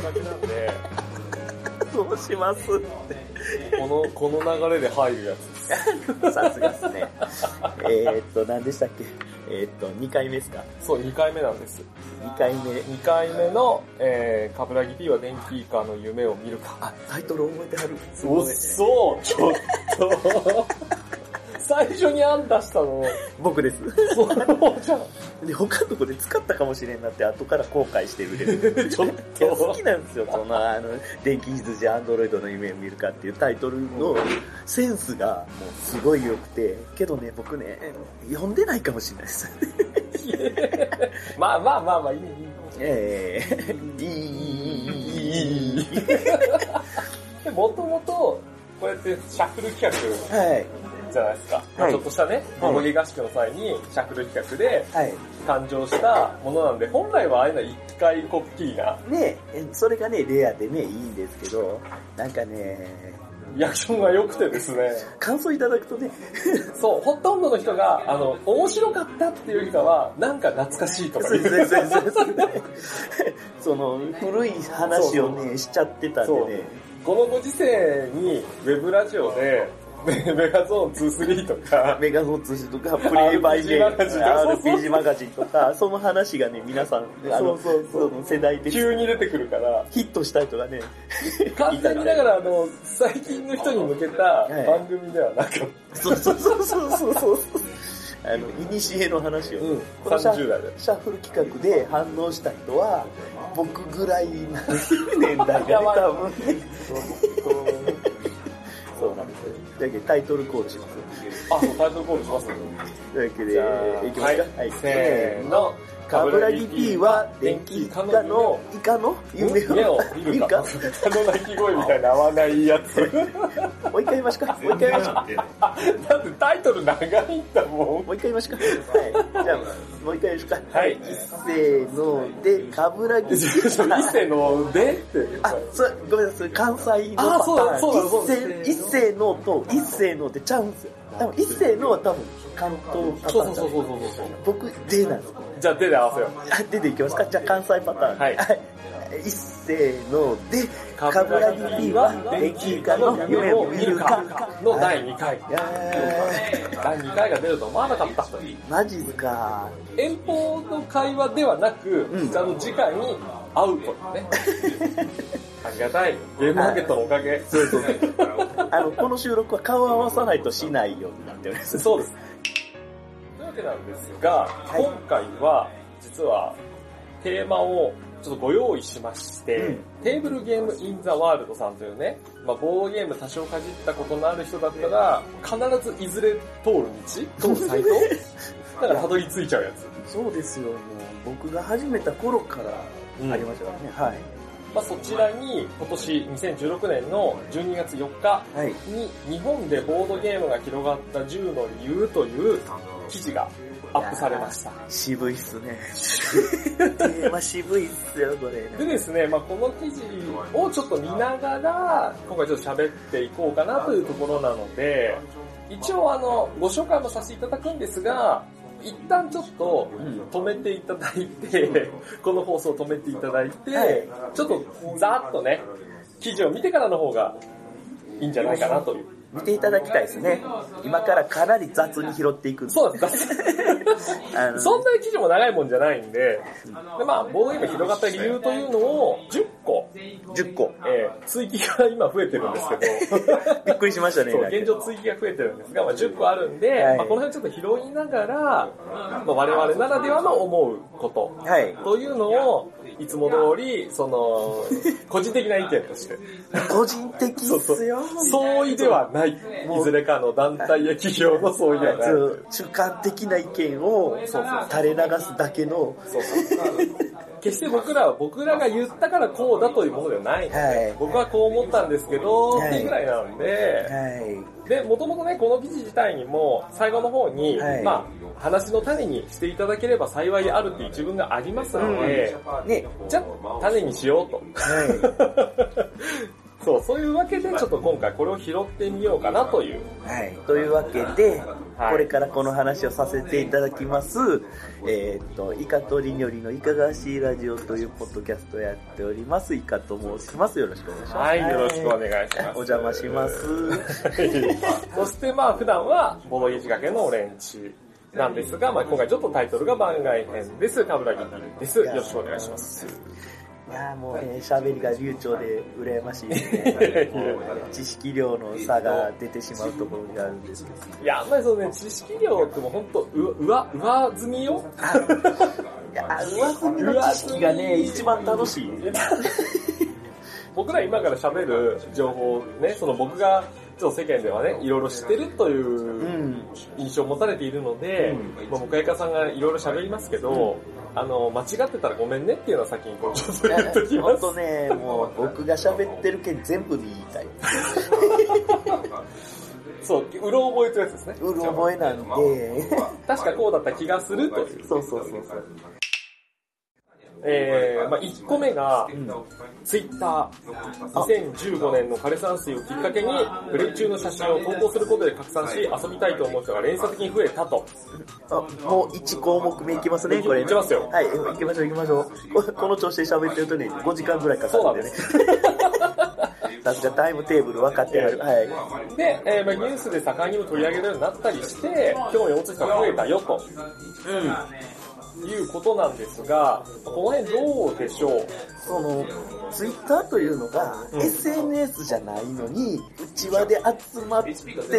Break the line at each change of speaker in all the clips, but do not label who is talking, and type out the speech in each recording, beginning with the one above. だけなんで、
そうしますって。
この、この流れで入るやつで
さすがっすね。えーっと、何でしたっけえーっと、2回目ですか
す。そう、2回目なんです。
?2 回目。
2回目の、えー、カブラギ P は電気以下の夢を見るか。
あ、タイトル覚えてある。す
お
ご
っ
い。
そう、ちょっと。最初に案出したの、
僕です。
そうじゃん。
で、他のとこで使ったかもしれんなって、後から後悔してるレベル。
ちょっ
いや好
と
き。なんですよ、この、あの、電気羊アンドロイドの夢を見るかっていうタイトルのセンスがもうすごい良くて、けどね、僕ね、読んでないかもしれないです。
まあまあまあまあ、いい、いい。
え えいい、いい、いい、いい、いい。
でもともと、こうやってシャッフル企画
はい、
じゃないですか。まあ、ちょっとしたね、ボロゲ合宿の際にシャッフル企画で
はい。
誕生したものなんで、本来はああいうのは一回こっきりな、
ねえそれがね、レアでね、いいんですけど、なんかね、
リアクションが良くてですね。
感想いただくと ね、
そう、ほとんどの人が、あの、面白かったっていうよりかは、なんか懐かしいとか
そう
言う。
そうそうそうその、古い話をね、しちゃってたんでね、
この ご時世に、ウェブラジオで、メメガゾーン23とか、
メガゾン通信とか、プレイバイデー
RPG
RPG マガジンとか、その話がね、皆さん、あの、
そうそうそう
その世代的に
急に出てくるから、
ヒットした人がね、
完全にだから、あの、最近の人に向けた
い
番組ではなく、
そうそうそうそうそうそう。あの、いにしえの話をね、
うん
このシャ
30代で
シャッフル企画で反応した人は、僕ぐらいな年代がね、
やばい
多分ね。そうなんですよ。だけどタイトルコールします。
あ、そう、タイトルコールします
というわけ
じ
で、
ゃあ
いきますか。
はい、せー。の。
カブラギ P は電気イカの、イカの夢
夢を
を
見るか。 あの鳴き声みたいな合わないやつ。
もう一回言いましか。もう一回言いましか。
だってタイトル長いんだもん。
もう一回言いましか。はい。じゃあ、もう一回言いましか。
はい
せーの、で、カブラギ P
伊勢のでって。
あ、そう、ごめんなさい、関西の
あ
パ
そうだ
タ
そうだそうだ
ーン。一世、一世のと、一世のってちゃうんですよ。多分、一世のは多分、関東パターンじゃない
そうそう。
僕、D なんですよ。
じゃあ手で合わせよう。
あ、出ていきますかじゃあ、関西パターン。
はい
い。一世ので、
カ
カ
ブ
ブ
ラ
ラ
ギ
ギ
P
P
は
は、
電
電
気
気
以
以
下
下
の
の
夢
夢
を
を
見
見
る
る
か
か。
の第2回。
いや
第2回が出ると思わなかったという。
ー、マジっすか。
遠方の会話ではなく、
うん
あの次回に会うこと ね。ありがたい。ゲームマーケットのおかげ。そうそう
あの、この収録は顔を合わさないとしないようになっております。
そうです。というわけなんですが、
い
今回は実はテーマをちょっとご用意しまして、
うん
テーブルゲームインザワールドさんというね、まあ、ボードゲーム多少かじったことのある人だったら、必ずいずれ通る道通る サイトだからたどり着いちゃうやつ。
そうですよ、もう、僕が始めた頃からありましたからね。はい。
まあ、そちらに今年2016年の12月4日
はい。
に日本でボードゲームが広がった10の理由という記事がアップされました。
渋いっす ね。テーマ渋いっすよ、これね。
でですね、まあ、この記事をちょっと見ながら、今回ちょっと喋っていこうかなというところなので、一応あの、ご紹介もさせていただくんですが、一旦ちょっと
ん
止めていただいて、 この放送を止めていただいて、ちょっとざーっとね、記事を見てからの方がいいんじゃないかなという。
見ていただきたいですね。今からかなり雑に拾っていくんで。
そうなんです。
あの
そんなに記事も長いもんじゃないんで、でまあ、ボードゲーム広がった理由というのを10個、
10個。
えー追記が今増えてるんですけど、
びっくりしましたね、
そう
なんか
現状追記が増えてるんですが、まあ、10個あるんで、
はい
まあ、この辺ちょっと拾いながら、まあ、我々ならではの思うこと。
はい。
というのを、いつも通り、そ の、個人的な意見として、
個人的っすよ。
相違ではない。いずれかの団体や企業の相違ではない。
そう主観的な意見を垂れ流すだけの、
そうそう。決して僕らは、僕らが言ったからこうだというものではないので、
はい
僕はこう思ったんですけど、
はい
っていうぐらいなんで、
はい。
で、もともとね、この記事自体にも、最後の方に、
はい
まあ、話の種にしていただければ幸いあるっていう自分がありますので、
ね、
じゃあ、種にしようと。
は
そう、そういうわけで、ちょっと今回これを拾ってみようかなという。
はい。というわけで、
はい
これからこの話をさせていただきます、えーっと、イカとりにょりのいかがわしいラジオというポッドキャストをやっております。イカと申します。よろしくお願いします。
はい、よろしくお願いします。
お邪魔します。。
そしてまあ普段はボドゲ仕掛けのオレンジなんですが、まあ今回ちょっとタイトルが番外編です。田村銀です。よろしくお願いします。
いやーもうね、喋りが流暢で羨ましいです
いや
ね
いやいや。
知識量の差が出てしまうところがあるんですけど。
いや、あんまりそのね、知識量ってもう本当うわ、うわ、上積みよ。
いやー、上積みの知識がね、一番楽しい。。
僕ら今から喋る情報ね、その僕がちょっと世間ではね、いろいろ知ってるといううん印象を持たれているので、
う
まあ、僕やかさんがいろいろ喋りますけど、あの、間違ってたらごめんねっていうのは先にこうちょっと
いや
言っとき
ほ
ま
んと
す。
ね、もう僕が喋ってるけ全部言いたい。
そう、うろ覚えというやつですね。
うる覚えなんで、
確かこうだった気がするという。
そうそうそうそう。
えー、まあ1個目が、
うん
ツイッター2015年の枯山水をきっかけに、プレイ中の写真を投稿することで拡散し、遊びたいと思う人が連鎖的に増えたと。
あもう1項目目いきますね、これ。
いきますよ
はい、行きましょう行きましょう。ここの調子で喋ってるとね、5時間ぐらいかかるんでね。 さすがタイムテーブル分かってやる。はい。
で、えーまあ、ニュースで盛んにも取り上げるようになったりして、興味を持つ人が増えたよと、いうことなんですが、この辺どうでしょう
その、ツイッターというのが、
うん
SNS じゃないのに、内輪で集まって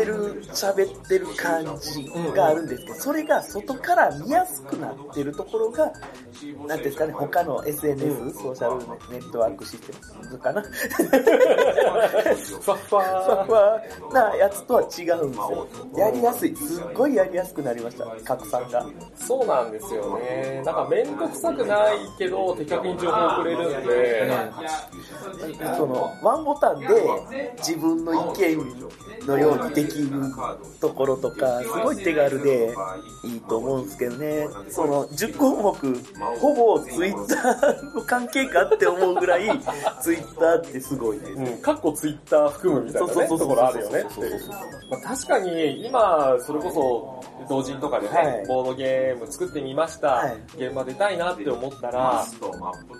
る、喋ってる感じがあるんですけど、それが外から見やすくなってるところが、なんていうんですかね、他の SNS、ソーシャルネットワークシステムか な、
ふわっふ
ふわ
わ
ふわなやつとは違うんですよ。やりやすい。すっごいやりやすくなりました、拡散が。
そうなんですよね。なんか面倒くさくないけど、的確に情報をくれるんで、
そのワンボタンで自分の意見のようにできるところとかすごい手軽でいいと思うんですけどねその10項目ほぼツイッターの関係かって思うぐらいツイッターってすごいです、
うん、かっこツイッター含むみたいなね、ところあるよねっていう。まあ、確かに今、それこそ同人とかでね、
はい
ボードゲーム作ってみました、
はい
現場出たいなって思ったら、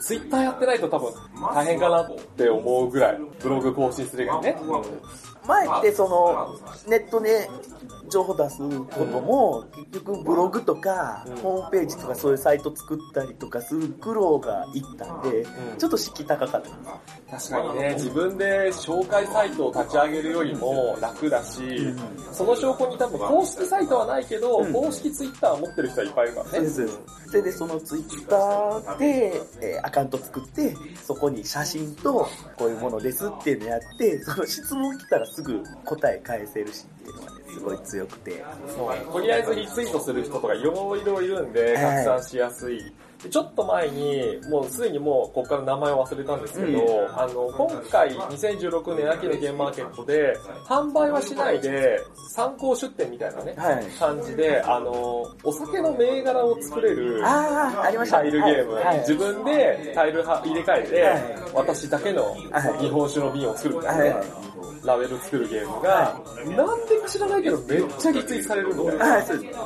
ツイッターやってないと多分大変かなって思うぐらい、ブログ更新する以外ね。
前ってそのネットで情報出すことも結局ブログとか
うん
ホームページとかそういうサイト作ったりとかする苦労がいったんで
ん
ちょっと敷居高かったです
確かにね、自分で紹介サイトを立ち上げるよりも楽だし、その証拠に多分公式サイトはないけど、
うん
公式ツイッター持ってる人はいっぱいいるから
そうで
ね。
すそれでそのツイッターで、えーアカウント作ってそこに写真とこういうものですっていうのやってその質問来たらすぐ答え返せるしっていうのがねすごい強くて
そうとりあえずリツイートする人とかいろいろいるんで、
はい
拡散しやすい。でちょっと前に、もうすでにもうここから名前を忘れたんですけど、
う
あの、今回2016年秋のゲームマーケットで、販売はしないで、参考出店みたいなね、
はい
感じで、あの、お酒の銘柄を作れる、
ああありました
タイルゲーム、
はい
自分でタイルは入れ替えて、
はい
私だけの
はい
日本酒の瓶を作るみたいなね、
はい
ラベル作るゲームが、なんでか知らないけどめっちゃリツイートされるの
あはいそうです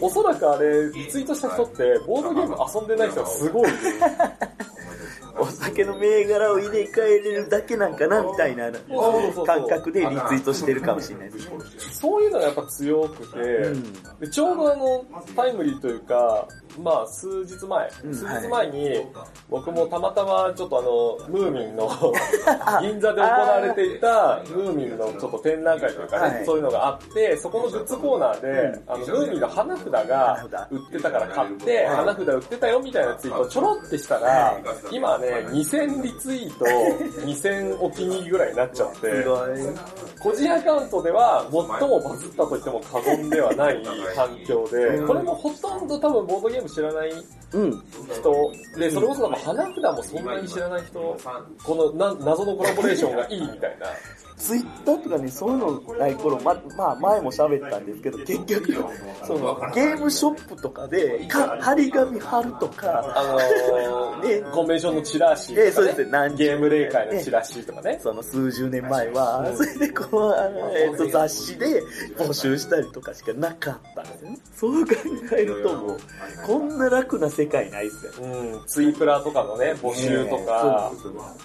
おそらくあれ、リツイートした人って、ボードゲーム遊んでない人がすごい。
お酒の銘柄を入れ替えれるだけなんかなみたいな
そうそうそう
感覚でリツイートしてるかもしれないです
そういうのがやっぱ強くて、
ん
でちょうどあの、タイムリーというか、まあ数日前、
うん
数日前に、僕もたまたまちょっとあの、ムーミン の、銀座で行われていた、ムーミンのちょっと展覧会というかね、
はい
そういうのがあって、そこのグッズコーナーで、あの、ムーミンの花札が
花札
売ってたから買って、
はい
花札売ってたよみたいなツイートをちょろってしたら、
は
今ね、2000リツイート、2000お気に入りぐらいになっちゃって、
すごい
個人アカウントでは最もバズったと言っても過言ではない反響で、これもほとんど多分ボードゲーム知らない
うん
人で、それこそ多分花札もそんなに知らない人、このな謎のコラボレーションがいいみた いな。
ツイッターとかね、そういうのない頃、ま、まあ前も喋ったんですけど、結局、そのゲームショップとかで、か、張り紙貼るとか、
あのー、
ね
コンベンションのチチラシとか、ね、
えそうです何
ゲーム例会のチラシとかね。
その数十年前は、それでこの、あのえっと雑誌で募集したりとかしかなかったんですね。そう考えるともう、こんな楽な世界ないっすよ。
うん、ツイプラとかのね、募集とか、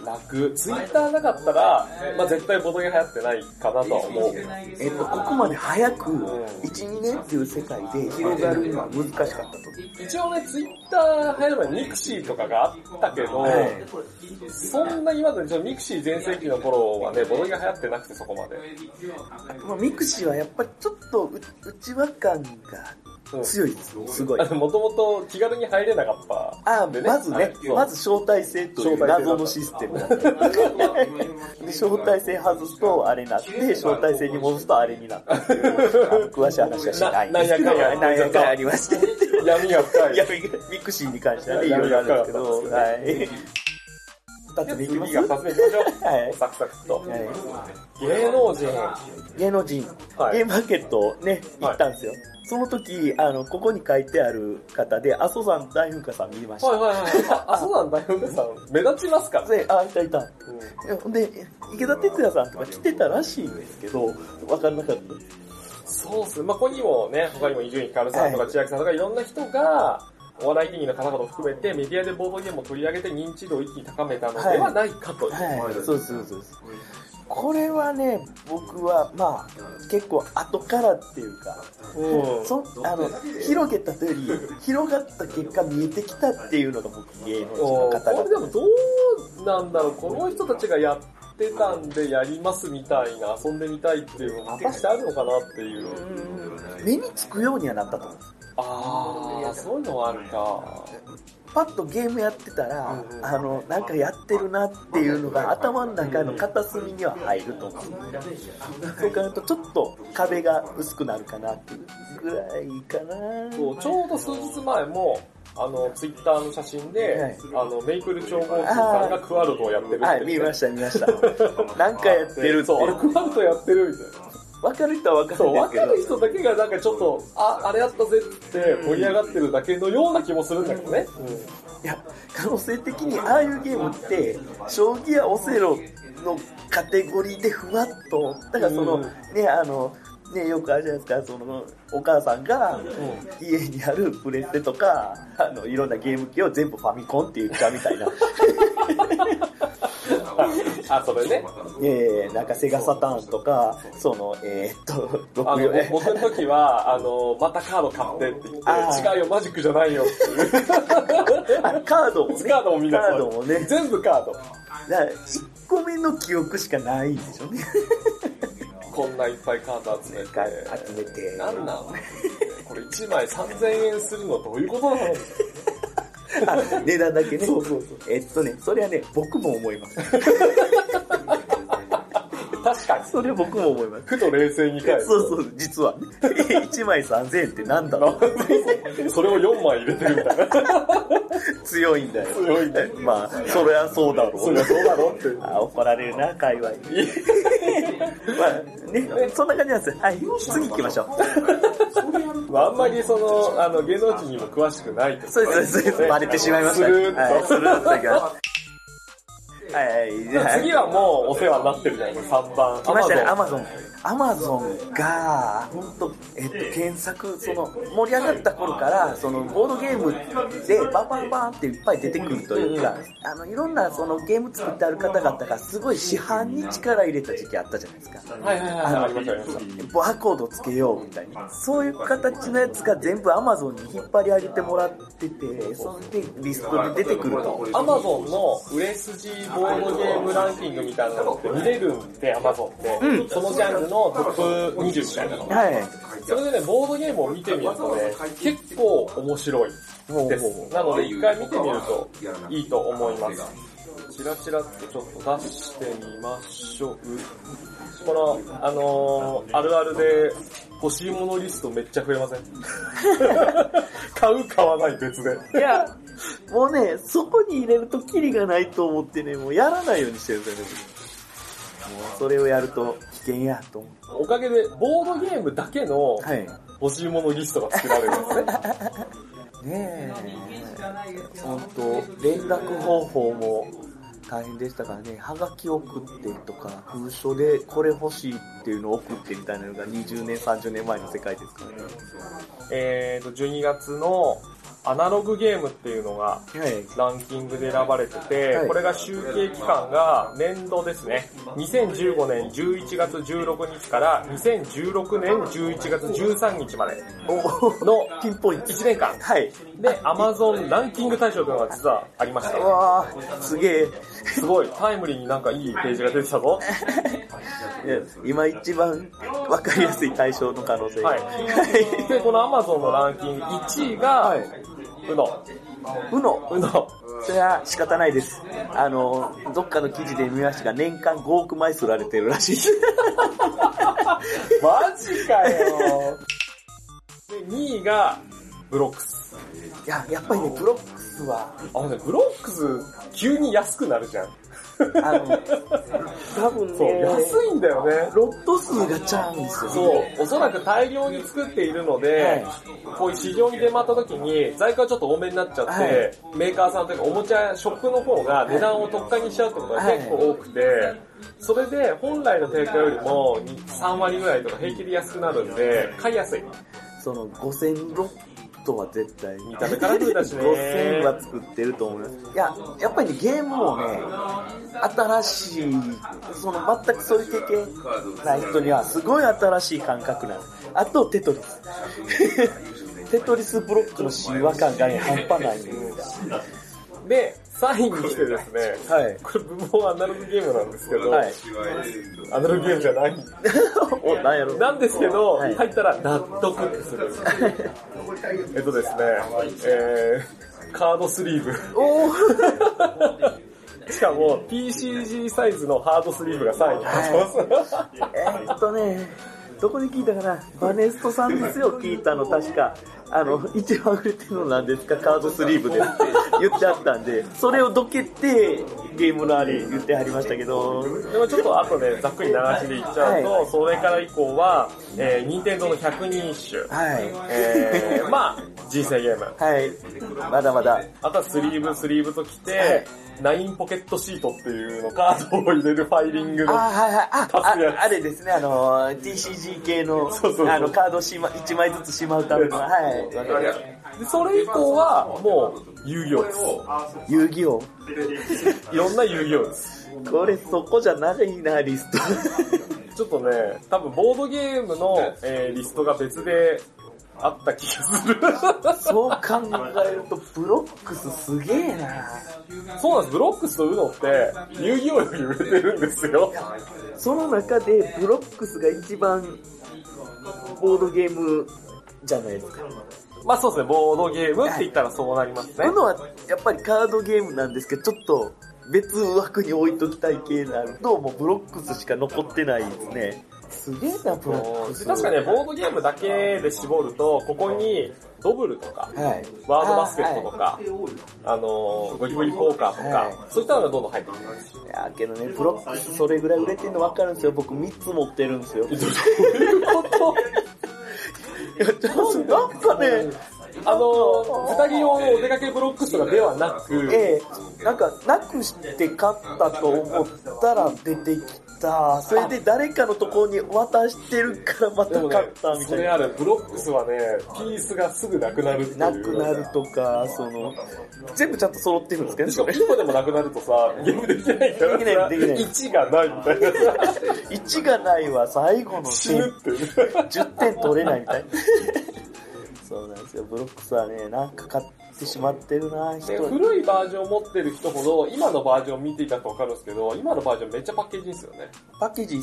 楽。ツイッターなかったら、まあ絶対ボドゲ流行ってないかなとは思う。
えっと、ここまで早く、1、2年っていう世界で広がるのは難しかったと。
一応ね、ツイッター流行ればミクシーとかがあったけど、そんな今までミクシー全盛期の頃はね、ボドゲが流行ってなくてそこまで。
まあ、ミクシーはやっぱりちょっとうちわ感が強いです、すごい。
もともと気軽に入れなかった
ああ、まずね、まず招待制という謎のシステム。で招待制外すとあれになって、招待制に戻すとあれになったっていう、詳しい話はしないんですけど、何やかありまして。
闇が深い。
ミクシーに関してはね、いろいろあるんですけど、はい。
二つ目いきます二つ目いきましょう。はい。サクサクと。はい、芸能人。
芸能人。はい、ゲームマーケットね、行ったんですよ。はいその時、あの、ここに書いてある方で、阿蘇山大噴火さん見ました。
はいはいはい。阿蘇山大噴火さん、目立ちますから
ね。あ、いたいた。うん、で、池田哲也さんとか来てたらしいんですけど、わからなかった。、
そうっす。まあ、ここにもね、他にも伊集院光さんとか千秋さんとかいろんな人が、お笑い芸人の方々も含めてメディアでボードゲームを取り上げて認知度を一気に高めたのではないかという、はい
はい、そうですそうですこれはね僕はまあ結構後からっていうか、うん、そあの広げたというより広がった結果見えてきたっていうのが僕芸能人の方
これでもどうなんだろうこの人たちがやってたんでやりますみたいな遊んでみたいっていうのが果たしてあるのかなっていう
目につくようにはなったと思うんです
ああ、そういうのはあるか。
パッとゲームやってたら、うん、あの、なんかやってるなっていうのが頭の中の片隅には入ると思う。そう考えると、ちょっと壁が薄くなるかなっていうぐらいかな。
そう、ちょうど数日前も、あの、ツイッターの写真で、はい、あの、メイプル調合金さんがクワルドをやってるって、ね、
はい、見ました見 ました。なんかやってるって。
そう、あれクワルドやってるみたいな。
分かる人は分かるん
ですけ分かる人だけがなんかちょっと、あ、あれやったぜって盛り上がってるだけのような気もするんだけどね。うん、うん、い
や、可能性的にああいうゲームって、将棋やオセロのカテゴリーでふわっと、だからその、うん、ね、あの、ね、よくあるじゃないですか、その、お母さんが、家にあるプレステとか、あの、いろんなゲーム機を全部ファミコンって言ったみたい な。
あ、それね。
ええー、なんかセガサターンとか、その、えー、っと、
僕の時は、あの、またカード買ってって言って、違うよ、マジックじゃないよっていう。
カードもね。
カードもみんな
カードもね。
全部カード。
だから、1個目の記憶しかないんでしょう ね。
こんないっぱいカード集めて。
集めて。
なんなのこれ1枚3000円するのどういうことなの
値段だけね。そうそうそう。えっとね、それはね、僕も思います。
確かに。
それは僕も思います。
ふと冷静に返
す。 そうそう、実は、ね。1枚3000円ってなんだろ
う。それを4枚入れてるみたいな。
強いんだよ。
強いんだよ。
まあ、それはそうだろう。
それはそうだろうって。
あ、怒られるな、界隈に。 まあ、ね、そんな感じなんですよ。はい、次行きましょ
う。まあ、あんまりその、あの、芸能人にも詳しくない
そうです、そうです。バレてしまいました。するーっと。するーっと行きます。はい、
はい、次はもうお世話になってるじゃないですか、3番。
来ましたね、アマゾン。アマゾンが、本当えっと、検索、その、盛り上がった頃から、その、ボードゲームで、バンバンバンっていっぱい出てくるというか、あの、いろんな、その、ゲーム作ってある方々が、すごい市販に力入れた時期あったじゃないですか。、
はいはいはい、ありました
バーコードつけようみたいな。そういう形のやつが全部アマゾンに引っ張り上げてもらってて、それで、リストで出てくると。
アマゾンの売れ筋ボードゲームランキングみたいなのって見れるんで、アマゾンって。うん、そのジャンルのトップ20みたいなの。
はい。
それでね、ボードゲームを見てみるとね、結構面白いです。なので、一回見てみるといいと思います。チラチラってちょっと出してみましょう。この、あのー、あるあるで欲しいものリストめっちゃ増えません 買う、買わない別で。
いや、もうね、そこに入れるとキリがないと思ってね、もうやらないようにしてるんですよね。もうそれをやると危険やと思
う。おかげで、ボードゲームだけの欲しいものリストが作られるんですね。はい
ねえ、本当、連絡方法も大変でしたからね、はがき送ってとか、封書でこれ欲しいっていうのを送ってみたいなのが20年、30年前の世界ですからね。
えーと、12月のアナログゲームっていうのがランキングで選ばれてて、
はい
これが集計期間が年度ですね。2015年11月16日から2016年11月13日まで
お
の
ピンポイント。
1年間。
はい。
で、Amazon ランキング大賞というのが実はありまし
う
た。
わー、すげえ。
すごい、タイムリーになんかいいページが出てたぞ。
いや今一番わかりやすい対象の可能性。
はい。で、この Amazon のランキング1位が
は、い。
うの。
うの。
うの。
それは仕方ないです。あの、どっかの記事で見ましたが、年間5億枚すられてるらしいです。
マジかよ。で、2位が、ブロックス。
いや、やっぱりね、ブロックスは、
あのね、ブロックス、急に安くなるじゃん。
あ の、多分 ね、
そう、安いんだよね。
ロット数がちゃうんですよ、ね。
そう、おそらく大量に作っているので、
はい
こういう市場に出回った時に、在庫がちょっと多めになっちゃって、
はい
メーカーさんというかおもちゃショップの方が値段を特価にしちゃうってことが結構多くて、それで本来の定価よりもに3割ぐらいとか平気で安くなるんで、買いやすい。
その5000ロットは絶対見
た目から来るだしね
5000は作ってると思います。いや、やっぱりね、ゲームもね、新しい、その全くそういう経験ない人には、すごい新しい感覚なの。あと、テトリス。テトリス ブロックの神話感がね、半端ないんですよ
で、3位に来てですね、
はい。
これ部門アナログゲームなんですけど、
はい。
アナログゲームじゃない。
お、なんやろ。
なんですけど、
はい
入ったら納得する。えっとですね、えー、カードスリーブ。
おー
しかも TCG サイズのハードスリーブが3位に入ってます。
えーっとね、どこで聞いたかな、バネストさんですよ、聞いたの、確か。あの、一番売れてるのなんですか、カードスリーブですって言ってあったんで、それをどけて、ゲームのあれ言ってはりましたけど、
でもちょっとあとね、ざっくり流しでいっちゃうと、
は
それから以降は、えー、任天堂の100人一首、
はい。
えー、まあ、人生ゲーム。
はい。まだまだ。
あとはスリーブ、スリーブとき
は
て
い、
ナインポケットシートっていうのカードを入れるファイリング
あー
の。
はいはい。
パスや
あ、
つ
ああれですね、あの、TCG 系の、
そうそうそう
あの、カードしま、1枚ずつしまうための、はい。わかりまし
でそれ以降は、もう、遊戯王です。
た遊戯王。
いろんな遊戯王です。
これ、そこじゃないな、リスト。
ちょっとね、多分ボードゲームの、えーリストが別であった気がする。
そう考えると、ブロックスすげえな。
そうなんです、ブロックスとウノって、遊戯王より売れてるんですよ。
その中でブロックスが一番ボードゲームじゃないですか。
まあそうですね、ボードゲームって言ったらそうなりますね
う。のはやっぱりカードゲームなんですけど、ちょっと別枠に置いときたい系になると、もうブロックスしか残ってないですね。すげえな、ブロックス。
確かね、ボードゲームだけで絞ると、ここにドブルとか、
はい。
ワードバスケットと
か。
か、あのー、ゴキブリポーカーとか、
は
そういったのがどんどん入ってきます。
いやけどね、ブロックスそれぐらい売れてるの分かるんですよ。僕3つ持ってるんですよ。
と
い
いうこと
や、ちょっとなんかね、
あのー、二人用のお出かけブロックスとかではなく、
ええなんか、なくして買ったと思ったら出てきた。それで誰かのところに渡してるからま
で
た
もね
買ったみ
そ
た
れ
い
ある、ブロックスはね、ピースがすぐなくなるっていう。
な。なくなるとか、その、全部ちゃんと揃ってるんですけど
で
ね
しか
そ
も
れ、
1個でもなくなるとさ、ゲームできないからさ、
できないできない
1がないみたいなさ、
1がないは最後の
死ぬ
点
っていう。
10点取れないみたいな。 そうなんですよ、ブロックスはね、なんか買ってしまってるな、人
で
に。
古いバージョンを持ってる人ほど、今のバージョンを見ていただくと分かるんですけど、今のバージョンめっちゃパッケージいいんですよね。
パッケージ、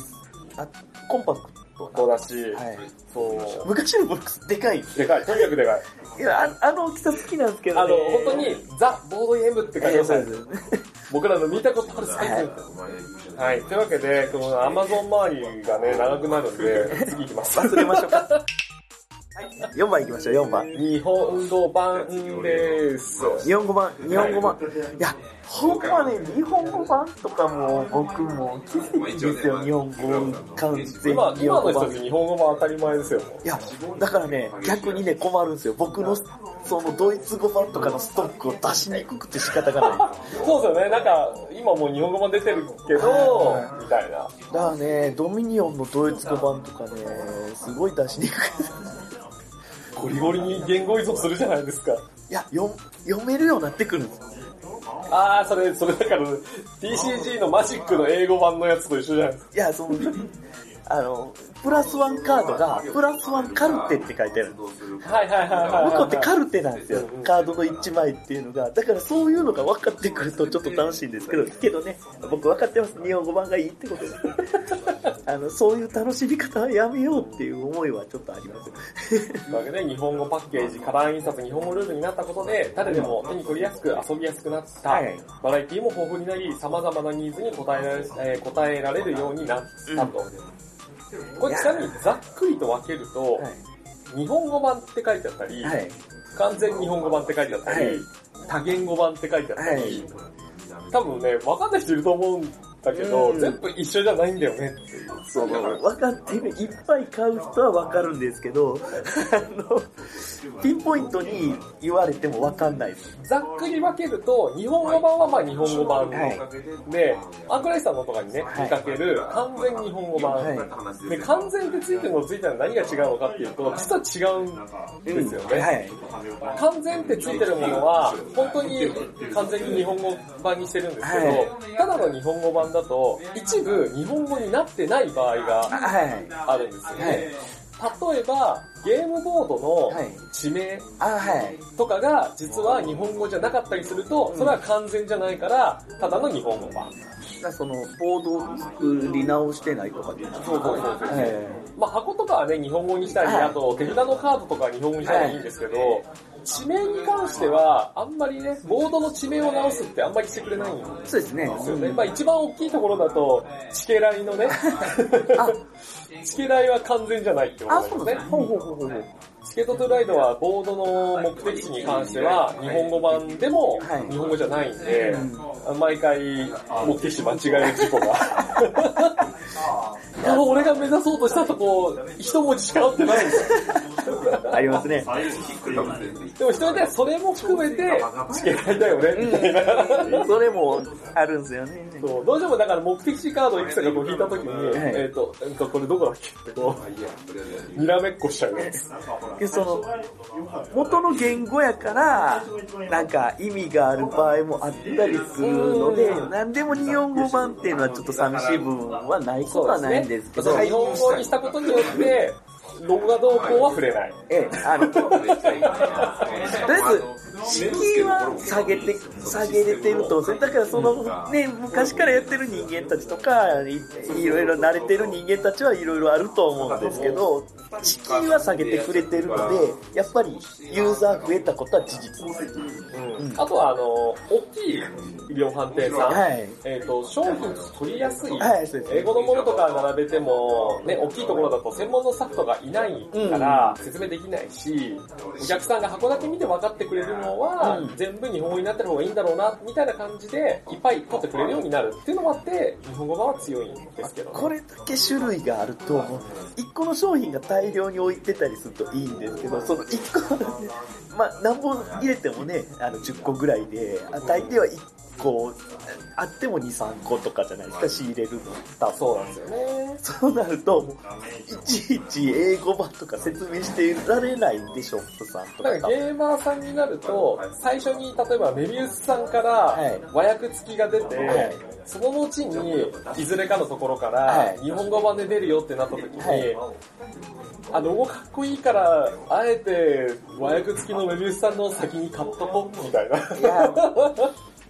あコンパクトな。
そうだし、
はい。
そう。
昔のブロックス、でかい。
でかい、とにかくでかい。
いや、ああの大きさ好きなんですけ
あ
ど、
の
ね。、
本当に、ザ・ボードゲームって感じが
ええ
し
そ
た
うんで
ですす。
よね。
僕らの見たことあるサイズ。はい、というわけで、この Amazon 周りがね、長くなるんで、次行きます。
忘れましょうか。4番いきましょう、4番。
日本語版です。
日本語版、日本語版。いや、ほんまね、日本語版とかもう僕も奇跡ですよ、日本語完全
今、
に日
今の
本語
人た
版
ち。日本語版当たり前ですよ。
いや、だからね、逆にね、困るんですよ。僕のそのドイツ語版とかのストックを出しにくくて仕方がない。
そうですよね。なんか、今もう日本語も出てるけど、みたいな。
だからね、ドミニオンのドイツ語版とかね、すごい出しにくい。
ゴリゴリに言語依存するじゃないですか。
いや、読読めるようになってくるんですよ。
あー、それ、それだから、TCG のマジックの英語版のやつと一緒じゃないですか。
いや、その、あの、プラスワンカードが、プラスワンカルテって書いてある。
はいはいはいはい。
向こうってカルテなんですよ。カードの1枚っていうのが。だからそういうのが分かってくるとちょっと楽しいんですけど、けどね、僕分かってます。日本語版がいいって ことです。あの、そういう楽しみ方はやめようっていう思いはちょっとあります。
というわけで、日本語パッケージ、カラー印刷、日本語ルールになったことで、誰でも手に取りやすく遊びやすくなった。
はいはい
バラエティも豊富になり、様々なニーズに応えられ,、えー応えられるようになったと。これちなみにざっくりと分けると、
は
日本語版って書いてあったり、
い。はい。
完全日本語版って書いてあったり、
はい
多言語版って書いてあったり、
はい
多分ね、分かんない人いると思うんだけど、
うん
全部一緒じゃないんだよねっていう。
その、分かってる、いっぱい買う人は分かるんですけど、あの、ピンポイントに言われても分かんないです。
ざっくり分けると、日本語版はまあ日本語版、
はい
で、アンクライスさんのとかにね、
はい
見かける完全日本語版。
はい
で、完全ってついてるのついてないの何が違うのかっていうと、実は違うんですよね。
はい。
完全ってついてるものは、本当に完全に日本語版にしてるんですけど、
は
ただの日本語版だと、一部日本語になってない場合が
はい。
あるんですよね。例えば、ゲームボード
はい
の地名
あ、はい。
とかが実は日本語じゃなかったりすると、それは完全じゃないから、ただの日本語版。
だからその、ボードを作り直してないとかっていうのは
そうそうそうそう
え
まあ、箱とかはね、日本語にしたり、
はい
あと手札のカードとかは日本語にしたらいいんですけど、地名に関しては、あんまりね、ボードの地名を直すってあんまりしてくれないん
え
で
そうですね。
すよね。まあ、一番大きいところだと、チケライの ね、 チケライは完全じゃないってこ
あ、
と
そう
で
ですす
ね
ね。。ほうほうほうほう。
チケットトゥライドはボードの目的地に関しては、日本語版でも
はい
日本語じゃないんで、毎回目的地間違える事故が。 あの俺が目指そうとしたとこ、一文字しか合ってないんですよ
ありますね。
でも人によってはそれも含めて、チケライだよね、みたいな。
それもあるんですよね。
そうどうしてもだから目的地カードいくつかこう引いたときに、
い
えっ、と、えーと、これどこだっけってこう、にらめっこしちゃうね。
でその、元の言語やから、なんか意味がある場合もあったりするので、何でも日本語版っていうのはちょっと寂しい部分はないことはないんですけど、
そう日本語にしたことによって、ロゴがどうこうは触れない。
ええ、あの、とりあえず、敷居は下げて、下げれてると思うんですよ。だからその、ね、昔からやってる人間たちとか、いいろいろ慣れてる人間たちはいろいろあると思うんですけど、敷居は下げてくれてるので、やっぱりユーザー増えたことは事実です。
あとは、あの、大きい量販店さん。
はい。
えっ、と、商品取りやすい。
はいそうです
英語のものとか並べても、ね、大きいところだと専門のスタッフとかいないから、説明できないし、お客さんが箱だけ見て分かってくれるのは、
うん
全部日本語になってる方がいいんだろうな、みたいな感じで、いっぱい取ってくれるようになるっていうのもあって、日本語版は強いんですけど、ね。
これだけ種類があると、1個の商品が大量に置いてたりするといいんですけど、その1個のね、まあ、何本入れてもね、あの10個ぐらいで、あ大抵は1個、あっても2、3個とかじゃないですか、仕入れるのだ
そうなんですよね。
そうなると、もういちいち英語版とか説明していられないんで、ショップさんと
だから
か。
ゲーマーさんになると、最初に例えばメビウスさんから
い
和訳付きが出て、
はい
その後にいずれかのところか
は
ら
い
日本語版で出るよってなった時に、
はい
あ、ロゴかっこいいから、あえて和訳付きのメビウスさんの先に買っとこうみたい な。
いや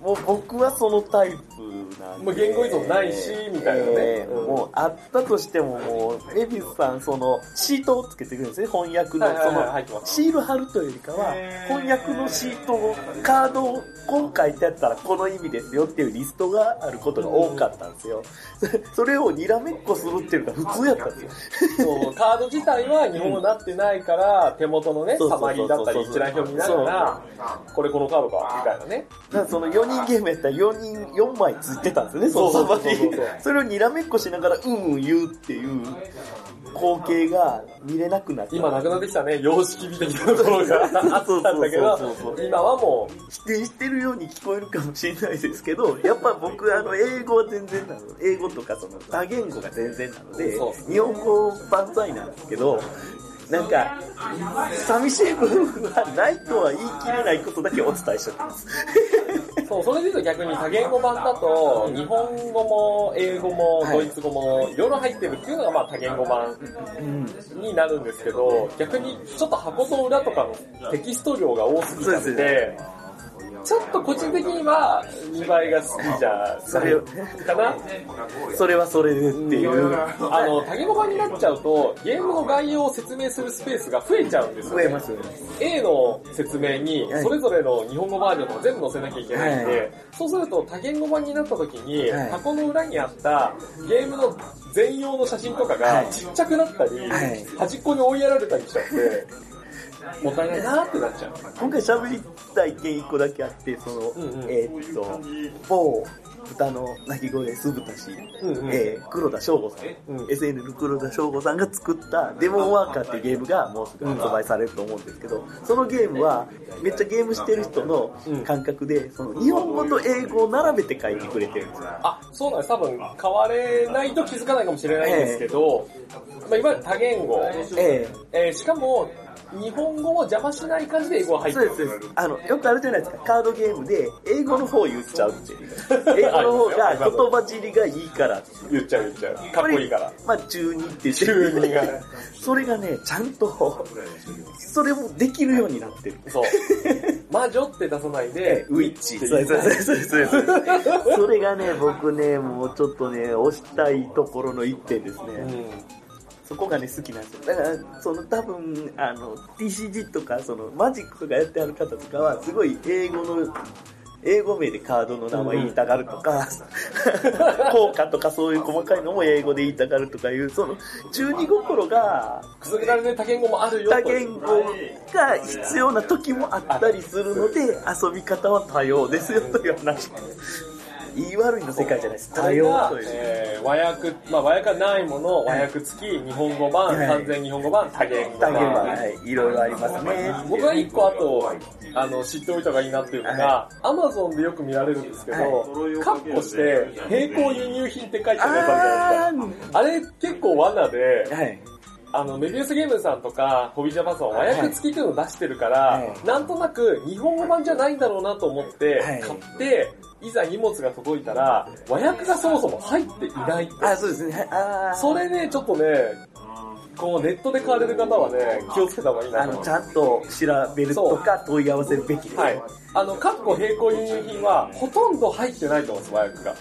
もう僕はそのタイプなんで。
もう言語依存ないしみたいなね
えー
うん
もうあったとしてももう、エビスさん、その、シートをつけてくるんですね、翻訳の
はい。はい
そ
はい
の、
入ってます。
シール貼るというよりかは、翻訳のシートを、カードを、こう書いてあったらこの意味ですよっていうリストがあることが多かったんですよ。それをにらめっこするっていうのが普通やったんですよ。
そうカード自体は日本語になってないから、手元のね、
そうそ
サ
うそう
マ
そ
リ
う
ーだったり一覧表見ながら、これこのカードか、みたいなね。
だからその4人ゲームやったら4人、4枚ついてたんですよね、そ
そう
の
そうそ
サバ
うそう
に。それをにらめっこしながら、うんうん言うっていう、光景が見れなくなった。
今なくなってきたね、様式美的なとこ ろがあったんだけど
そうそうそうそう、
今はもう、
否定してるように聞こえるかもしれないですけど、やっぱ僕、あの、英語は全然なの。英語とかその、多言語が全然なので
そうそ、
日本語万歳なんですけど、なんか、寂しい部分はないとは言い切れないことだけお伝えしておきます。
そう、それで言うと逆に多言語版だと、日本語も英語も
はい
ドイツ語もいろいろ入ってるっていうのがまあ多言語版
うん。
になるんですけど、逆にちょっと箱と裏とかのテキスト量が多すぎた
そ
の
うで
で、ちょっと個人的には見栄えが好きじゃ
そ
ない
れを
かな。
それはそれでっていう。
あの、多言語版になっちゃうと、ゲームの概要を説明するスペースが増えちゃうんですよ
増
ね。
えますよね。
A の説明に
は、い
それぞれの日本語バージョンとか全部載せなきゃいけないんで、
は
そうすると多言語版になった時に、
はい
箱の裏にあったゲームの全容の写真とかが
はい
ちっちゃくなったり、
はい
端っこに追いやられたりしちゃって、 もったいないなーってなっちゃう。
今回喋りたい件1個だけあって、その、
うんうん
えーっと、某豚の鳴き声酢豚氏、
うんうん
えー黒田翔吾さん、
うん
SN の黒田翔吾さんが作ったデモンワーカーっていうゲームがもうすぐ発売されると思うんですけど、そのゲームはめっちゃゲームしてる人の
うん
感覚で、その日本語と英語を並べて書いてくれてるんですよ。
あ、そうなんです。多分、変われないと気づかないかもしれないんですけど、まあ、いわゆる多言語、
え
えーしかも、日本語を邪魔しない感じで英語が入っ
え
て
そう
る
です、。そうです。あの、よくあるじゃないですか、カードゲームで英語の方言っちゃうっ ていう。英語の方が言葉尻がいいからっていう
言っちゃう言っちゃう。かっこいいから。。
まあ、中二って言って
中二が。
それがね、ちゃんと、それもできるようになってる。
そう。魔女って出さないで、
ウィッチ。
って
そ
言う
うそうそうそうそう。それがね、僕ね、もうちょっとね、押したいところの一点です
う
ね。
ん。
そこがね、好きなんですよ。だから、その多分、あの、TCG とか、その、マジックとかやってある方とかは、すごい英語の、英語名でカードの名前言いたがると か、効果とかそういう細かいのも英語で言いたがるとかいう、その、中二心が、
くすぐられない多言語もあるよ
多
と。
言語が必要な時もあったりするので遊び方は多様ですよという話言い悪いの世界じゃないです多
これ
様
が
と、いう
えー和訳、まあ和訳はないもの、和訳付き、日本語版、
はい
完全日本語版、多言語
多
版。
言は、はい、いろいろありますね
僕は一個あと、あの、知っておいた方がいいなっていうのが、アマゾンでよく見られるんですけど、カッコして、並行輸入品って書いてあるやつあ
あ
るじゃないですか。あれ結構罠で、
ーはい
あの、メビウスゲームさんとか、ホビージャパンさんは和訳付きっていうのを出してるから、
はい
なんとなく日本語版じゃないんだろうなと思って、
はい
買って、いざ荷物が届いたら、和訳がそもそも入っていないって。
あそうですねはいあー
それね、ちょっとね、こうネットで買われる方はね、気をつけた方がいいな
あ
と
の
思
ちゃんと調べるとか問い合わせるべきです、
う。はい。あの、カッコ並行輸入品は、ほとんど入ってないと思うんです、和訳が。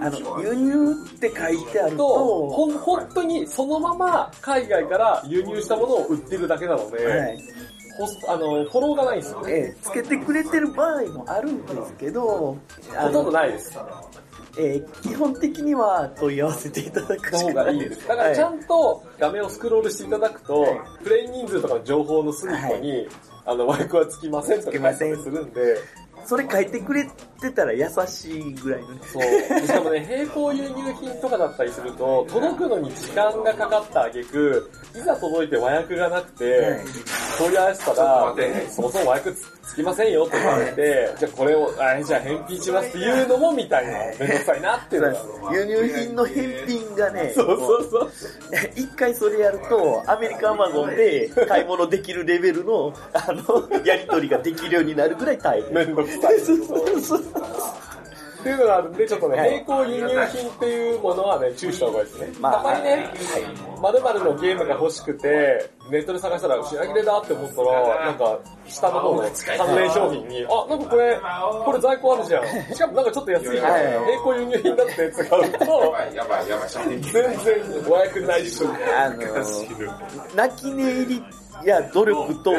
あの輸入って書いてあ
と、
ると
ほん、本当にそのまま海外から輸入したものを売ってるだけなので、
はい
ほあの、フォローがないんですよね。
えーつけてくれてる場合もあるんですけど
ほ
あ
とん
の
どないです。
えー基本的には問い合わせていただく
の
し
方
かな
がい
い
い
で。
ですす。だからちゃ
はい
んと画面をスクロールしていただくと、プレイ人数とかの情報の隅っこに、あの、枠はつきませんとか書いてあったりするんで、
それ書いてくれてたら優しいぐらいのね。
そう。しかもね、並行輸入品とかだったりすると、届くのに時間がかかった挙句、いざ届いて和訳がなくて、
はい
問い合わせたら、そもそも和訳つつきませんよと言われて、じゃあこれを、あじゃあ返品しますっていうのもみたいな、めんどくさいなっていうのが。
輸入品の返品がね、
そうそうそう。
もう 一回それやると、アメリカアマゾンで買い物できるレベルの、あ の、やり取りができるようになるぐらい大変。
めんどくさ い。
そうそうそう
っていうのがあるんで、ちょっとね、
はい
並行輸入品っていうものはね、注意した方がいいですね。
ま
た
あ
まにね、〇〇のゲームが欲しくて、ネットで探したら品切れだって思ったら、なんか、下の方の関連商品に、あ、なんかこれ、これ在庫あるじゃん。しかもなんかちょっと安いから、
はい
並行輸入品だって使うと、
やばいやばい、写真。
全然和訳ないし、
あの、泣き寝入りや努力とで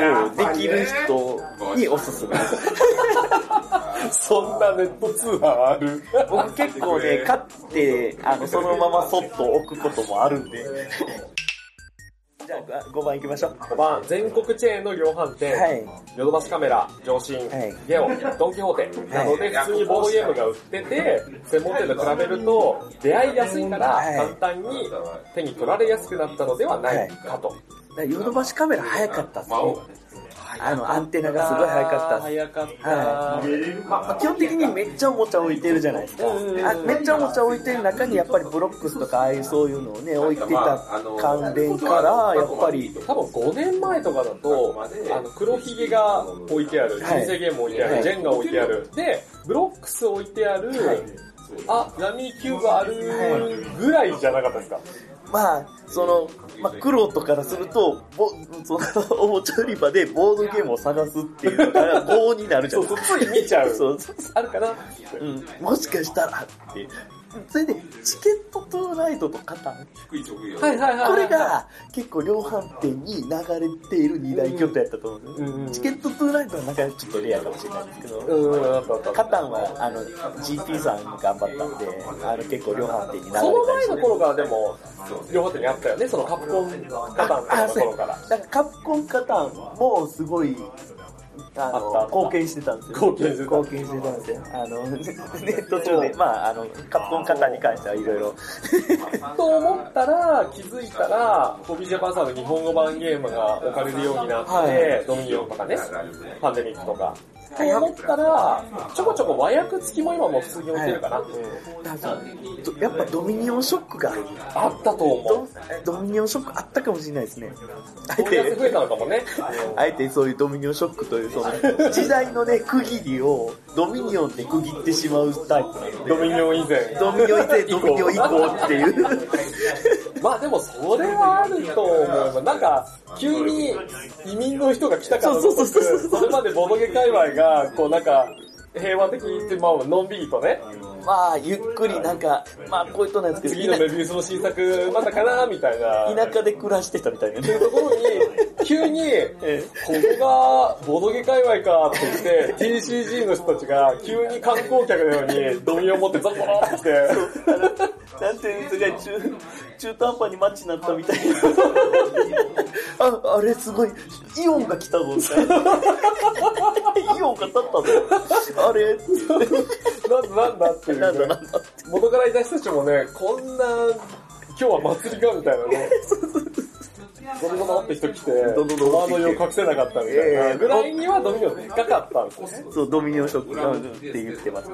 きる人におすすめ。
そんなネット通販ある。
僕結構ね、買って、あの、そのままそっと置くこともあるんで。じゃあ5番行きましょう。
5番、全国チェーンの量販店、
はい。
ヨドバシカメラ、上信、
はい
ゲオ、ドンキホーテなどで普通にボードゲームが売ってて、専門店と比べると、出会いやすいから
はい
簡単に手に取られやすくなったのではないかと。
だからヨドバシカメラ早かったっすね。あの、アンテナがすごい早かったっす。
早かった。
は基本的にめっちゃおもちゃ置いてるじゃないですか。
うん
あめっちゃおもちゃ置いてる中にやっぱりブロックスとかああいうそういうのをね、置いてた関連から、やっぱり、
多分5年前とかだと、あの黒ひげが置いてある、人
はい
生ゲーム置いてある、
はい
ジェンガ置いてある、で、ブロックス置いてある、
い
あ、闇キューブあるぐらいじゃなかったですか。
まあ、その、まあ、苦労とかからすると、ぼそのおもちゃ売り場でボードゲームを探すっていうのが棒になるじゃ
そ
な
う
いですか。
そう、つい見ちゃう。
そうそう
あるかなって
うん、もしかしたらって。それで、チケットトゥーライドとカタン。
はいはいはい。
これ、が結構量販店に流れている二大巨頭やったと思うんですよね。
うん
チケットトゥーライドはなんかちょっとレアかもしれないですけど。
うん、あったあった。
カタンはあの GP さんが頑張ったんで、あの結構量販店に流れた
その
り
前
して
の頃からでも、両方手にあったよね、そのカプコンカタンとかの頃から。
なんかカプコンカタンもすごい、あ
あったあ
の、
った
貢献してたんですよ。
貢献してた
貢献してたんですよ。あの、ネット中で、まあ、あの、カプコンカタンに関してはいろいろ。
と思ったら、気づいたら、ホビージャパンさんの日本語版ゲームが置かれるようになって、
はい
ドミニオンとかね、パンデミックとか。と思ったら、ちょこちょこ和訳付きも今もう普通に置い てるかな。
はいなんかやっぱドミニオンショックが、
あったと思
ド
う。
ドミニオンショックあったかもしれないですね。あえ
問い合わせ増え
て、
たのかもね。
あえてそういうドミニオンショックという、その、時代のね、区切りをドミニオンで区切ってしまうタイプなので、
ドミニオン以前。
ドミニオン以前、ドミニオン以降っ ていう。
まあでもそれはあると思う。なんか、急に移民の人が来たから
そうそうそうそう
それまでボドゲ界隈が、こうなんか、平和的に言って、まあ、のんびりとね、
まあ、ゆっくりなんか、まあ、こういうとなんですけ
次
ど
の、メビウスの新作、まだかなみたいな。
田舎で暮らしてたみたいな
ってい
ね
う。ところに、急に、
え
ここがボドゲ界隈かって言って、TCG の人たちが急に観光客のようにドミを持ってザボーンって来て、
なんていうんですか、中、中途半端にマッチになったみたいな。 あ、あれすごい、イオンが来たぞ、みたいな。イオンが立ったぞ。あれ
なんだなんだっていうね、
なんだなんだ。
元からいた人たちもね、こんな、今日は祭りかみたいなね。ドミノのって人来て、
どんどんどん
戸惑いを隠せなかったみたい
ええ
なぐらいにはドミノでっかかったんですね。
そう、ドミニオンショックがって言ってます。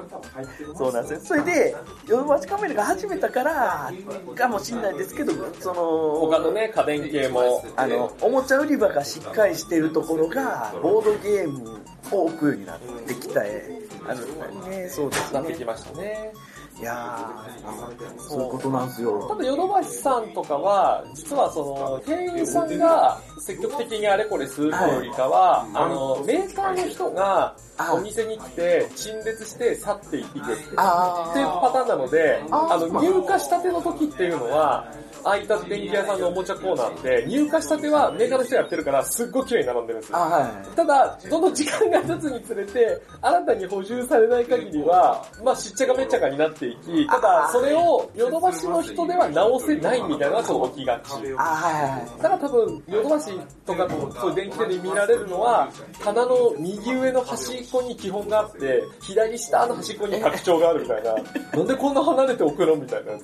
そうなんですよ。それで、ヨドバシカメラが始めたから、かもしんないですけど、その、
他のね、家電系も。
あの、おもちゃ売り場がしっかりしてるところが、ボードゲームを置くようになってきたえ、あの、ね、そうです
なって
ね。
きましたね。
いやー、そういうことなんですよ。
ただ、ヨドバシさんとかは、実はその、店員さんが積極的にあれこれするというよりかは、あの、メーカーの人が
あ
お店に来て、陳列して去っていくって
あ
っていうパ
ー、
ターンなので、
あー
あの、入荷したての時っていうのは、ああいった電気屋さんのおもちゃコーナーって、入荷したてはメーカーの人やってるから、すっごい綺麗に並んでるんです
あ
よ。
は
ただ、どの時間が経つにつれて、新たに補充されない限りは、まあ、しっちゃかめっちゃかになっていき、ただ、それをヨドバシの人では直せないみたいなのがちょっと起きがち。
い。あはいはい。
だから多分、ヨドバシとかのそういう電気店で見られるのは、棚の右上の端っこに基本があって、左下の端っこに拡張があるみたい な、なんでこんな離れて置くのみたいなや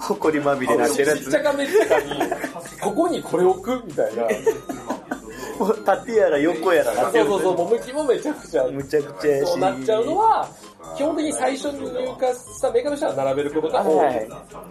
つ。
ほこりまみれになってるや
ちっちゃ
つ。
かめっちゃかに、ここにこれ置くみた いな。
もう縦やら横やらなって
そうそ
る
うそう、もむきもめちゃくちゃある。
むちゃくちゃやし。
そうなっちゃうのは、基本的に最初に入荷したメーカーの人は並べることが多い。
はい。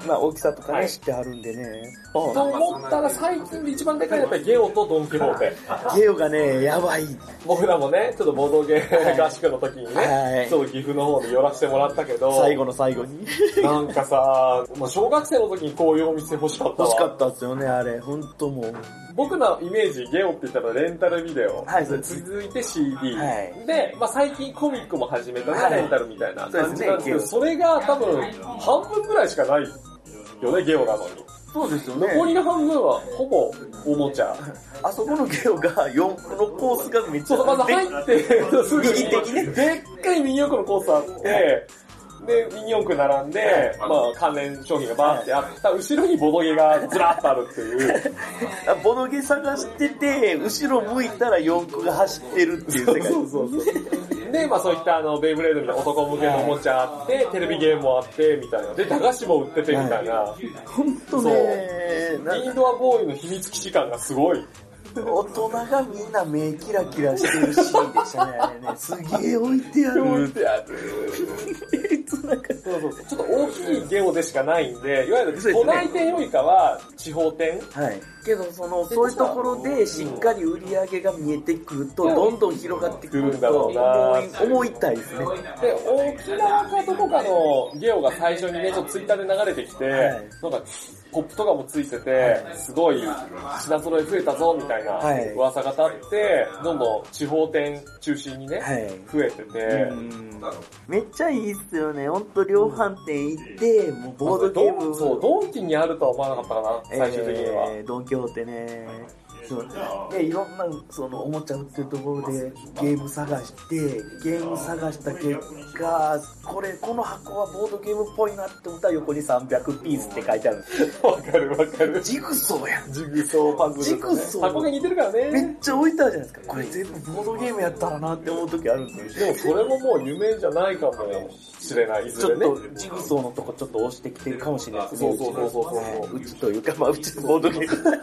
まあ、大きさとか
は
ね、
い
知ってはるんでね。
と思ったら最近で一番でかいのはやっぱりゲオとドンキホー テ。
ゲオがね、やばい。
僕らもね、ちょっとボードゲー合宿の時にね、
はい
ちょっと岐阜の方で寄らせてもらったけど、
最後の最後 に。
なんかさ、もう小学生の時にこういうお店欲しかったわ。
欲しかったですよね、あれ。ほんともう。
僕のイメージ、ゲオって言ったらレンタルビデオ。
はいそうです
続いて CD。
はい
で、まあ最近コミックも始めたな、
はい
レンタルみたいな
そう
感
で
じ
すね
なんですけど、それが多分半分ぐらいしかないよね、ゲオなのに。
そうですよ
残りの半分はほぼおもちゃ。
あそこのゲオが、4このコースがめっち
そう、まず
ゃ
入って、すぐに
右的ね
でっかい右横のコースあって、で、ミニ四駆並んで、まあ、関連商品がバーってあった後ろにボドゲがずらっとあるっていう。
あボドゲ探してて、後ろ向いたら四駆が走ってるっていう世界。
そうそうそう。で、まあそういったあの、ベイブレードみたいな男向けのおもちゃあって、テレビゲームもあって、みたいな。で、駄菓子も売ってて、みたいな。
ほんとね、なん
イン
か
ドアボーイの秘密基地感がすごい。
大人がみんな目キラキラしてるシーンでしたね、あれね。すげえ置いてある。
そうそうそう。ちょっと大きいゲオでしかないんで、いわゆる都内店よりかは地方店
はい。けど、その、そういうところでしっかり売り上げが見えてくると、どんどん広がってくると思い、思いたいですね。
で、沖縄かどこかのゲオが最初にね、ちょっとツイッターで流れてきて、
はい
なんか、コップとかもついてて、すごい品揃え増えたぞ、みたいな
はい
噂が立って、どんどん地方店中心にね、
はい。
増えてて、
めっちゃいいっすよね。ほんと、量販店行って、もうボードゲー
ド
ム
ン、そう、ドンキにあるとは思わなかったかな、最終的には。
えードン・キホーテね。そうでいろんなそのおもちゃ売ってるところでゲーム探してゲーム探した結果これこの箱はボードゲームっぽいなって思ったら横に300ピースって書いてあるんですよ
わかるわかる。
ジグソーやん
ジグソーパズルとかね。
ジグソー
箱が似てるから
め
ね
っ。ちゃ置いてあるじゃないですかこれ全部ボードゲームやったらなって思う時あるんですよ
でもそれももう夢じゃないかもしれない、い
ち
ず
ょ
れ
っ
ね。
とジグソーのとこちょっと押してきてるかもしれないですね
そうそうそうそうそう
はいちというかまあうちのボードゲー ム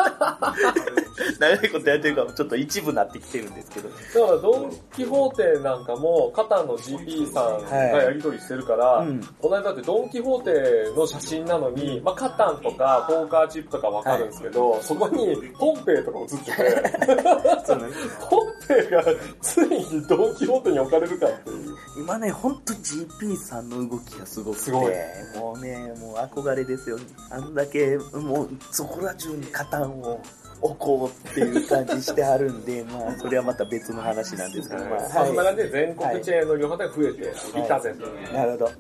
長いことやってるからちょっと一部なってきてるんですけど
だからドン・キホーテなんかも、カタンの GP さんがやり取りしてるから、
うん
この間だってドン・キホーテの写真なのに、まあ、カタンとかポーカーチップとかわかるんですけど、そこにポンペイとか映ってて、
そうなんです
ポンペイがついにドン・キホーテに置かれるかっていう。
今ね、ほんと GP さんの動きがすごくて、
すごい
もうね、もう憧れですよ。あんだけ、もうそこら中に加担を置こうっていう感じしてあるんで、 まあ、それはまた別の話なんですけど、まあ、
そんな
は
感じで全国チェーンの量販店が増えていったぜと。
い。なるほど。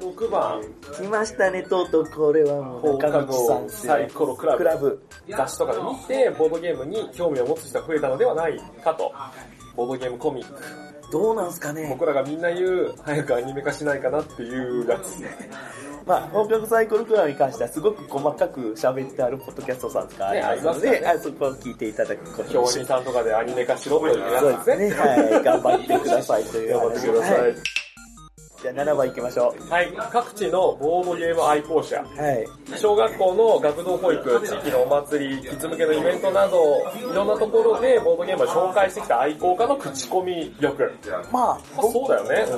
6番、
来ましたね、とうとう、これはも
放
う
課
中口さ
後
んですよ
サイ。コロクラ
ク
ブ
ラブ。
雑誌とかで見て、ボードゲームに興味を持つ人が増えたのではないかと。ボードゲームコミック。
どうなんすかね
僕らがみんな言う、早くアニメ化しないかなっていうやつ。ね、
まあ、本格サイコロクラブに関してはすごく細かく喋ってあるポッドキャストさんとかありますので、
ねあります
あそこを聞いていただくことに
教
し
員さんとかでアニメ化しろという
そう
や
で
つです
す
ね。
ね。はい。頑張ってくださいという
頑張ってくださ
はいい。じゃあ7番行きましょ
はい、各地のボードゲーム愛好者、
う。はい。
小学校の学童保育、地域のお祭り、キッズ向けのイベントなど、いろんなところでボードゲームを紹介してきた愛好家の口コミ力。
まあ、
まあそうだよね。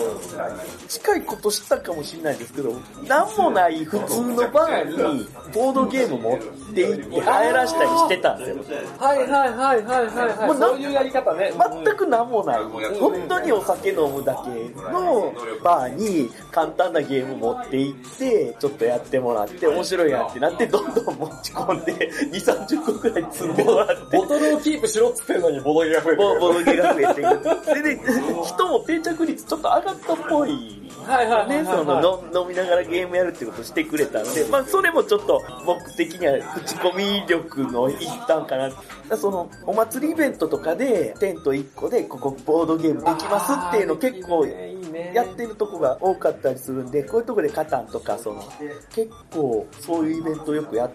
近いことしたかもしれないですけど、なんもない普通のバーにボードゲーム持って行って入らしたりしてたんですよ。
はいはいはいはいはい、
もうなん
そういうやり方ね。
全くなんもない。本当にお酒飲むだけのバーに簡単なゲーム持って行って、ちょっとやってもらって、面白いやんってなって、どんどん持ち込んで、2、30個くらい積んでもらって。
ボトルをキープしろっつってんのにボドゲが増えて
ボ
る。
ボドゲが増えていく。で、ね、人も定着率ちょっと上がったっぽい。
はいはいはいはい
ね、その飲飲みながらゲームやるってことしてくれたんで、まあそれもちょっと僕的には口コミ力の一端かな。だからそのお祭りイベントとかでテント1個でここボードゲームできますっていうの結構やってるとこが多かったりするんで、こういうとこでカタンとかその結構そういうイベントよくやっ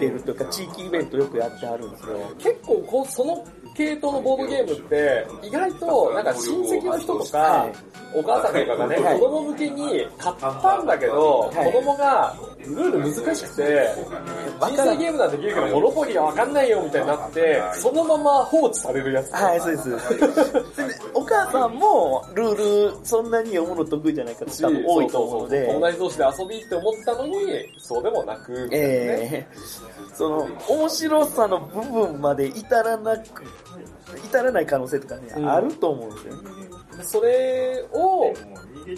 てるというか地域イベントよくやってあるんですよ。
結構こう、その系統のボードゲームって、意外となんか親戚の人とか
はい、
お母さんとかがね、
はい
子供向けに買ったんだけど、
はい
子供がルール難しくて、
わ
人
か
生
る
ゲームなんてできるけど、モノポリがわかんないよみたいになって、そのまま放置されるやつ。
はい、そうです。でお母さんもルールそんなに読むの得意じゃない方
し
多分多いと思うので
そ、そそ友達同士で遊びって思ったのに、そうでもなく、ね
ええその面白さの部分まで至らなく、至らない可能性とかね、
うん
あると思うんですよね。
それを、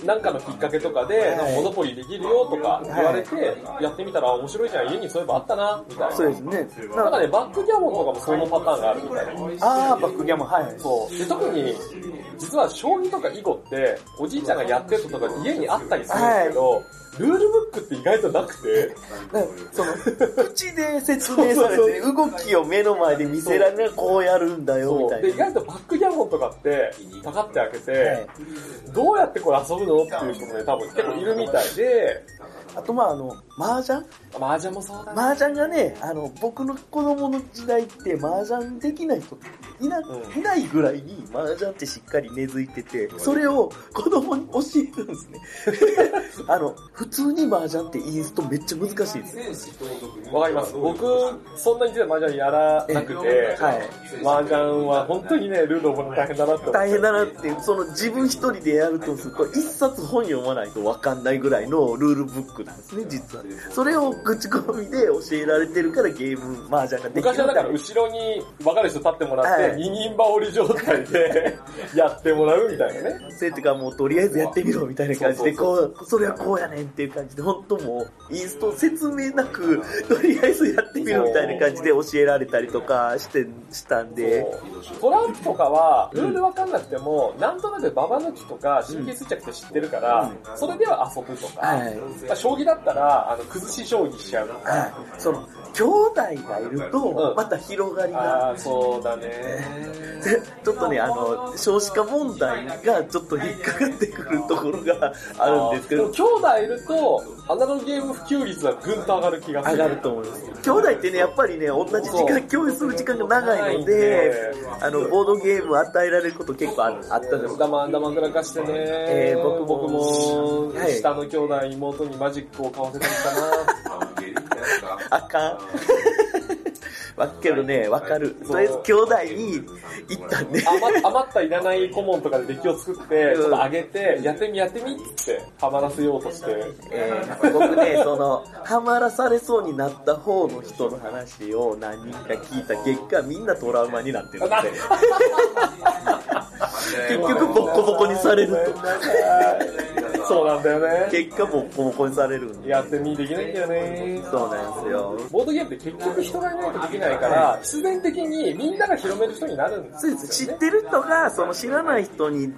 なんかのきっかけとかで、
い
なんかモノポリできるよとか言われて、やってみたら面白いじゃん、家にそういえばあったな、みたいな。
そうですね。
なんか
な
ね、バックギャモンとかもそのパターンがあるみたいな。
あー、バックギャモン、はい。
そう。で、特に、実は将棋とか囲碁って、おじいちゃんがやってるとか家にあったりするんですけど、ルールブックって意外となくて、
その、口で説明されて、動きを目の前で見せられるこうやるんだよ、み
そ
た
うで
い
意
な。
外とバックギャモンとかって、パカって開けて、
はい
どうやってこれ遊ぶのっていう人もね、多分結構いるみたいで、
あと、まああの、麻雀
麻雀もそうだな。
麻雀がね、あの、僕の子供の時代って麻雀できない人いな、
うん
いないぐらいに麻雀ってしっかり根付いてて、それを子供に教えるんですね。 あの、普通に麻雀ってインストめっちゃ難しいですよ。
わかります。僕、そんなに実は麻雀やらなくて、
はい。
麻雀は本当にね、ルールを覚えるの大変だなって思って。
大変だなっていう、その自分一人でやるとすると、一冊本読まないとわかんないぐらいのルールブックなんですね、実は。それを口コミで教えられてるからゲーム、麻雀ができるん
昔はだから後ろに分かる人立ってもらって、
はい
二人羽織状態で やってもらうみたいなね。
せってかもうとりあえずやってみろみたいな感じで
そ
こうそれはこうやねんっていう感じで本当もうインスト説明なくとりあえずやってみろみたいな感じで教えられたりとかしてしたんで
そうトランプとかは、ルール分かんなくても、なんとなくババ抜きとか神経衰弱って知ってるから、それでは遊ぶとか、
はい
まあ、将棋だったら、あの、崩し将棋しちゃうとか。
はいその兄弟がいると
うん
また広がり
あ
が
あ、そうだね。
でちょっとねあの少子化問題がちょっと引っかかってくるところがあるんですけ
でも
ど
兄弟いると、アナログゲーム普及率はぐんと上がる気がする。
上がると思います兄弟ってねやっぱりね同じ時間共有する時間が長いのであのボードゲーム与えられること結構あるあったんです
だまだまぐらかしてね、
えー僕も
僕も
はい
下の兄弟妹にマジックを買わせてみたな
あかん。 わっけどね、わかる。
そう
とりあえず兄弟に行ったんで。
余余ったいらない顧問とかでデッキを作って
うん
ちょっとあげてやってみやってみっつってはまらせようとして
えー僕ね、その、ハマらされそうになった方の人の話を何人か聞いた結果、みんなトラウマになってるんで。 結局、ボッコボコにされる
ごめんなさい そうなんだよ
と。
ね
結果、ボッコボコにされるんで。
やってみできないんだよね
そうなんですよ。
ボードゲームって結局人がいないとできないから必然的にみんなが広める人になるんです
そうです知ってる人がその知らない人に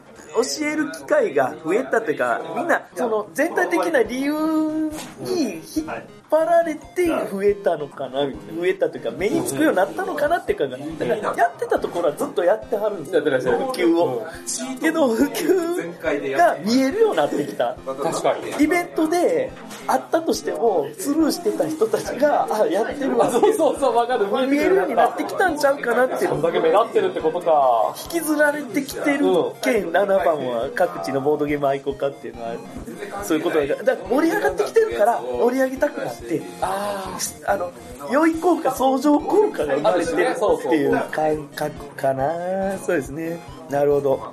教える機会が増えたというかみんなその全体的な理由に引っ張られて増えたのかなみたいな増えたというか目につくようになったのかなっていうかだからやってたところはずっとやってはるんですよ
やってらっしゃる
普及をけど普及が見えるようになってきた
確かに
イベントであったとしてもスルーしてた人たちがあやってるわ
あそうそうそうわかる
見えるようになってきたんちゃうかなって
こんだけ目立ってるってことか
引きずられてきてる県7番は各地のボードゲーム愛好家っていうのはそういうことだからだから盛り上がってきてるから盛り上げたくなって
あ
あの良い効果相乗効果が生まれてるっていう感覚かなそうですねなるほど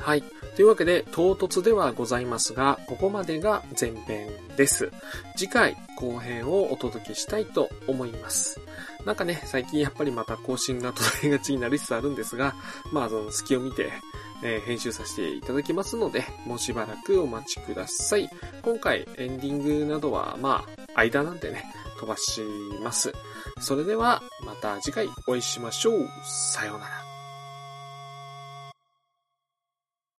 はい。というわけで、唐突ではございますが、ここまでが前編です。次回、後編をお届けしたいと思います。なんかね、最近やっぱりまた更新が途絶えがちになりつつあるんですが、まあ、その隙を見て、えー編集させていただきますので、もうしばらくお待ちください。今回、エンディングなどは、まあ、間なんでね、飛ばします。それでは、また次回お会いしましょう。さようなら。